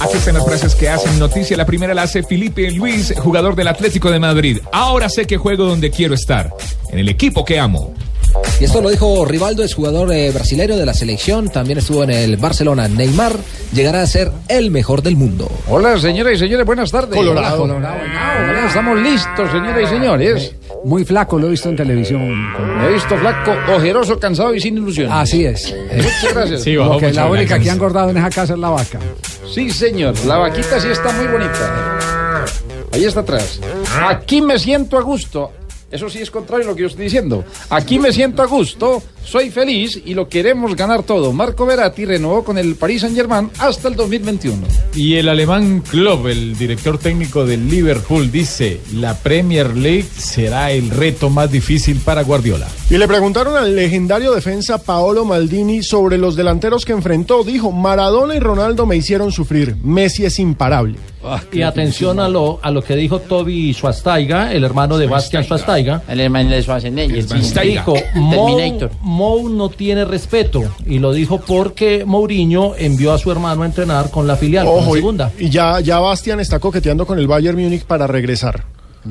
Aquí están las frases que hacen noticia. La primera la hace Felipe Luis, jugador del Atlético de Madrid. Ahora sé que juego donde quiero estar, en el equipo que amo. Y esto lo dijo Rivaldo, es jugador eh, brasileño de la selección, también estuvo en el Barcelona. Neymar llegará a ser el mejor del mundo. Hola, señoras y señores, buenas tardes. Colorado. Hola, Colorado. Hola, estamos listos, señoras y señores. Muy flaco, lo he visto en televisión. Me he visto flaco, ojeroso, cansado y sin ilusión. Así es. Muchas gracias. Ah, Sí, Lo bajó que mucho Eh, la la única que cancha. ha engordado en esa casa es la vaca. Sí, señor. La vaquita sí está muy bonita. Ahí está atrás. Aquí me siento a gusto. Eso sí es contrario a lo que yo estoy diciendo. Aquí me siento a gusto, soy feliz y lo queremos ganar todo. Marco Verratti renovó con el Paris Saint-Germain hasta el 2021. Y el alemán Klopp, el director técnico del Liverpool, dice, la Premier League será el reto más difícil para Guardiola. Y le preguntaron al legendario defensa Paolo Maldini sobre los delanteros que enfrentó. Dijo, Maradona y Ronaldo me hicieron sufrir. Messi es imparable. Y atención a lo, a lo que dijo Toby Schwastaiga, el hermano de Bastian Schwastaiga. El hermano de Schwarzenegger. sí. Dijo, Mou, Terminator. Mou no tiene respeto. Y lo dijo porque Mourinho envió a su hermano a entrenar con Ah, la filial, con la Ojo, y- segunda. y ya, ya Bastian está coqueteando con el Bayern Múnich para regresar.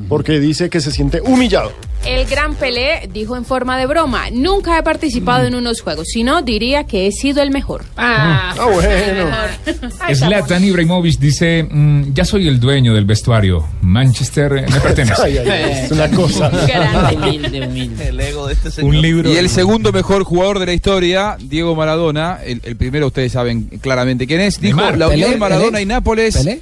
Porque dice que se siente humillado. El gran Pelé dijo en forma de broma, nunca he participado en unos juegos, si no diría que he sido el mejor. Ah, bueno. Zlatan Ibrahimovic dice, "Mm, ya soy el dueño del vestuario. Manchester eh, me Ay, pertenece. ay, ay, es una cosa. Humilde, humilde. Un libro. Y el segundo mejor jugador de la historia, Diego Maradona, el, el primero ustedes saben claramente quién es, dijo Neymar. la unión Pelé, de Maradona Pelé. y Nápoles, ¿Pelé?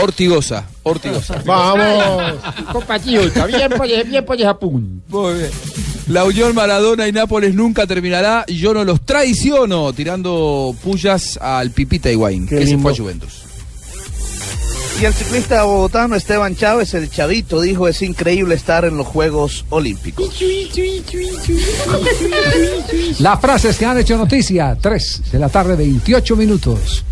Ortigosa, Ortigosa. Vamos. Compatriota, bien, pues, bien, pues, Japón. Muy bien. La unión Maradona y Nápoles nunca terminará, yo no los traiciono, tirando pullas al Pipita Higuaín, Qué que se lindo. fue a Juventus. Y el ciclista bogotano Esteban Chávez, el chavito, dijo es increíble estar en los Juegos Olímpicos. Las frases que han hecho noticia, 3 de la tarde, 28 minutos.